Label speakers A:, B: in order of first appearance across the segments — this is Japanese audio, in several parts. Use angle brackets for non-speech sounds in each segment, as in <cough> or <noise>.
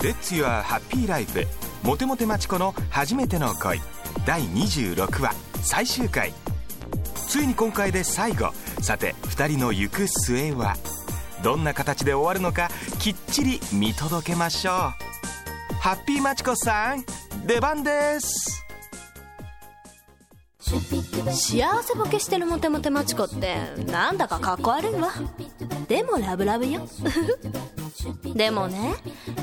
A: Let's Your Happy Life モテモテマチコの初めての恋第26話最終回ついに今回で最後さて2人の行く末はどんな形で終わるのかきっちり見届けましょうハッピーマチコさん出番です
B: 幸せボケしてるモテモテマチコってなんだかかっこ悪いわでもラブラブよでもね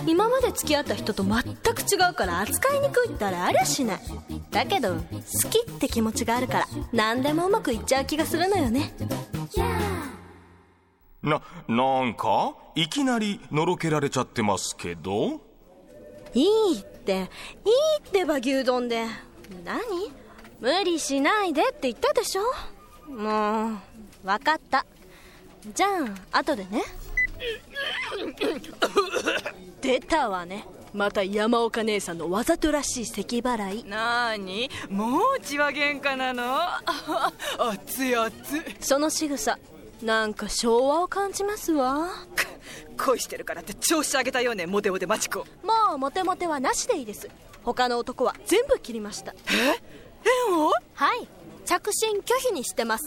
B: 今まで付き合った人と全く違うから扱いにくいったらありゃしないだけど好きって気持ちがあるから何でもうまくいっちゃう気がするのよね
A: ななんかいきなりのろけられちゃってますけど
B: いいっていいってば牛丼で何無理しないでって言ったでしょもう分かったじゃあ後で <laughs> ね出たわねまた山岡姉さんのわざとらしい咳払い
C: なーにもう血は喧嘩なの <laughs> 熱い熱い
B: その仕草なんか昭和を感じますわ
C: 恋してるからって調子上げたよねモテモテマチコ
B: もうモテモテはなしでいいです他の男は全部切りました
C: 縁を
B: はい着信拒否にしてます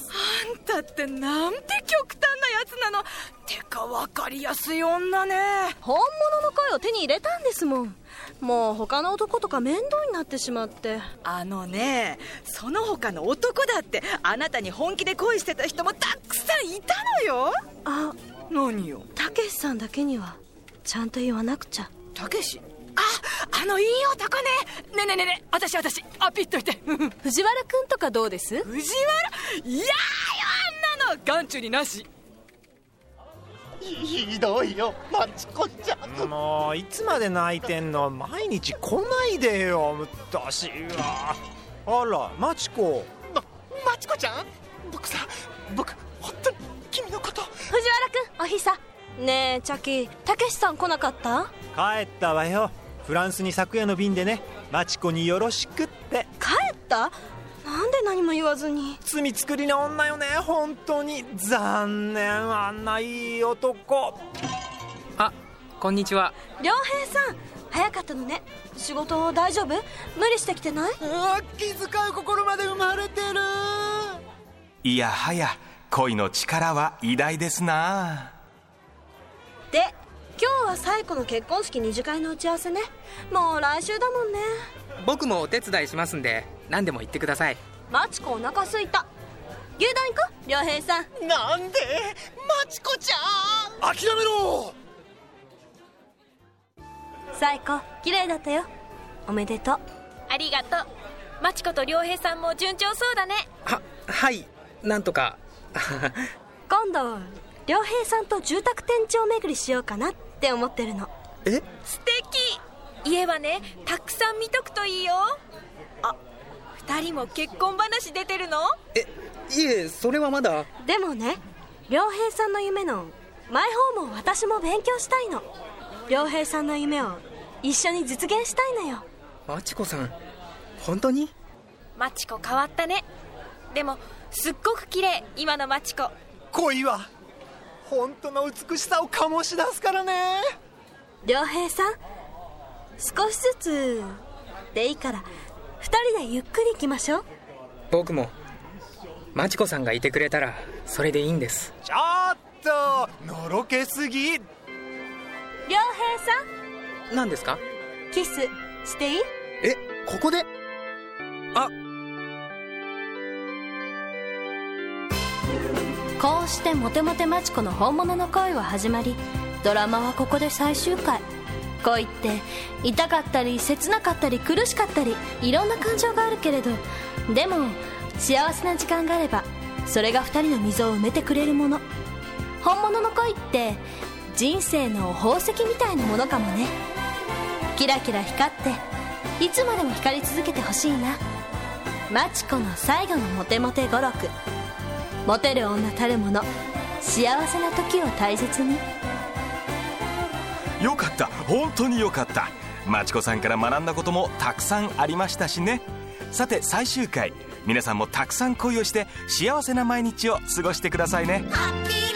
C: あんたってなんて極端なやつなのてか分かりやすい女ね
B: 本物の声を手に入れたんですもんもう他の男とか面倒になってしまって
C: あのねその他の男だってあなたに本気で恋してた人もたくさんいたのよ
B: あ
C: 何よ
B: たけしさんだけにはちゃんと言わなくちゃ
C: たけしああのいい男ねねえねえねえねえ私私アピっといて
B: 藤原くんとかどうです
C: 藤原いやーよあんなの眼中になし
D: ひどいよマチコちゃん
E: もういつまで泣いてんの毎日来ないでよむっとしいわあらマチコ
D: まマチコちゃん僕さ僕本当に君のこと
B: 藤原くんおひさねえチャキたけしさん来なかった
E: 帰ったわよフランスに昨夜の便でねマチコによろしくって
B: 帰ったなんで何も言わずに
E: 罪作りな女よね本当に残念あんないい男
F: あこんにちは
B: 良平さん早かったのね仕事大丈夫無理してきてないう
D: わ気遣う心まで生まれてる
A: いやはや恋の力は偉大ですな
B: で今日は最後の結婚式二次会の打ち合わせねもう来週だもんね
F: 僕もお手伝いしますんで何でも言ってください
B: マチコお腹すいた牛丼行こう良平さん
D: なんでマチコちゃん諦めろ
B: 最高綺麗だったよおめでとう
G: ありがとうマチコと良平さんも順調そうだね
F: ははいなんとか
B: 今度良平さんと住宅店地を巡りしようかなって思ってるの
E: え
G: 素敵家はねたくさん見とくといいよあ二人も結婚話出てるの
F: えいえそれはまだ
B: でもね良平さんの夢のマイホームを私も勉強したいの良平さんの夢を一緒に実現したいのよ
F: マチコさん本当に
G: マチコ変わったねでもすっごく綺麗今のマチコ
E: 恋は本当の美しさを醸し出すからね
B: 良平さん少しずつでいいから二人でゆっくり行きましょう
F: 僕もマチコさんがいてくれたらそれでいいんです
E: ちょっとのろけすぎ
B: 良平さん
F: 何ですか
B: キスしていい
F: えここで
B: こうしてモテモテマチコの本物の恋は始まりドラマはここで最終回恋って痛かったり切なかったり苦しかったりいろんな感情があるけれどでも幸せな時間があればそれが2人の溝を埋めてくれるもの本物の恋って人生の宝石みたいなものかもねキラキラ光っていつまでも光り続けてほしいなマチコの最後のモテモテ語録モテる女たるもの幸せな時を大切に
A: よかった本当によかったマチコさんから学んだこともたくさんありましたしねさて最終回皆さんもたくさん恋をして幸せな毎日を過ごしてくださいね
H: ハッピー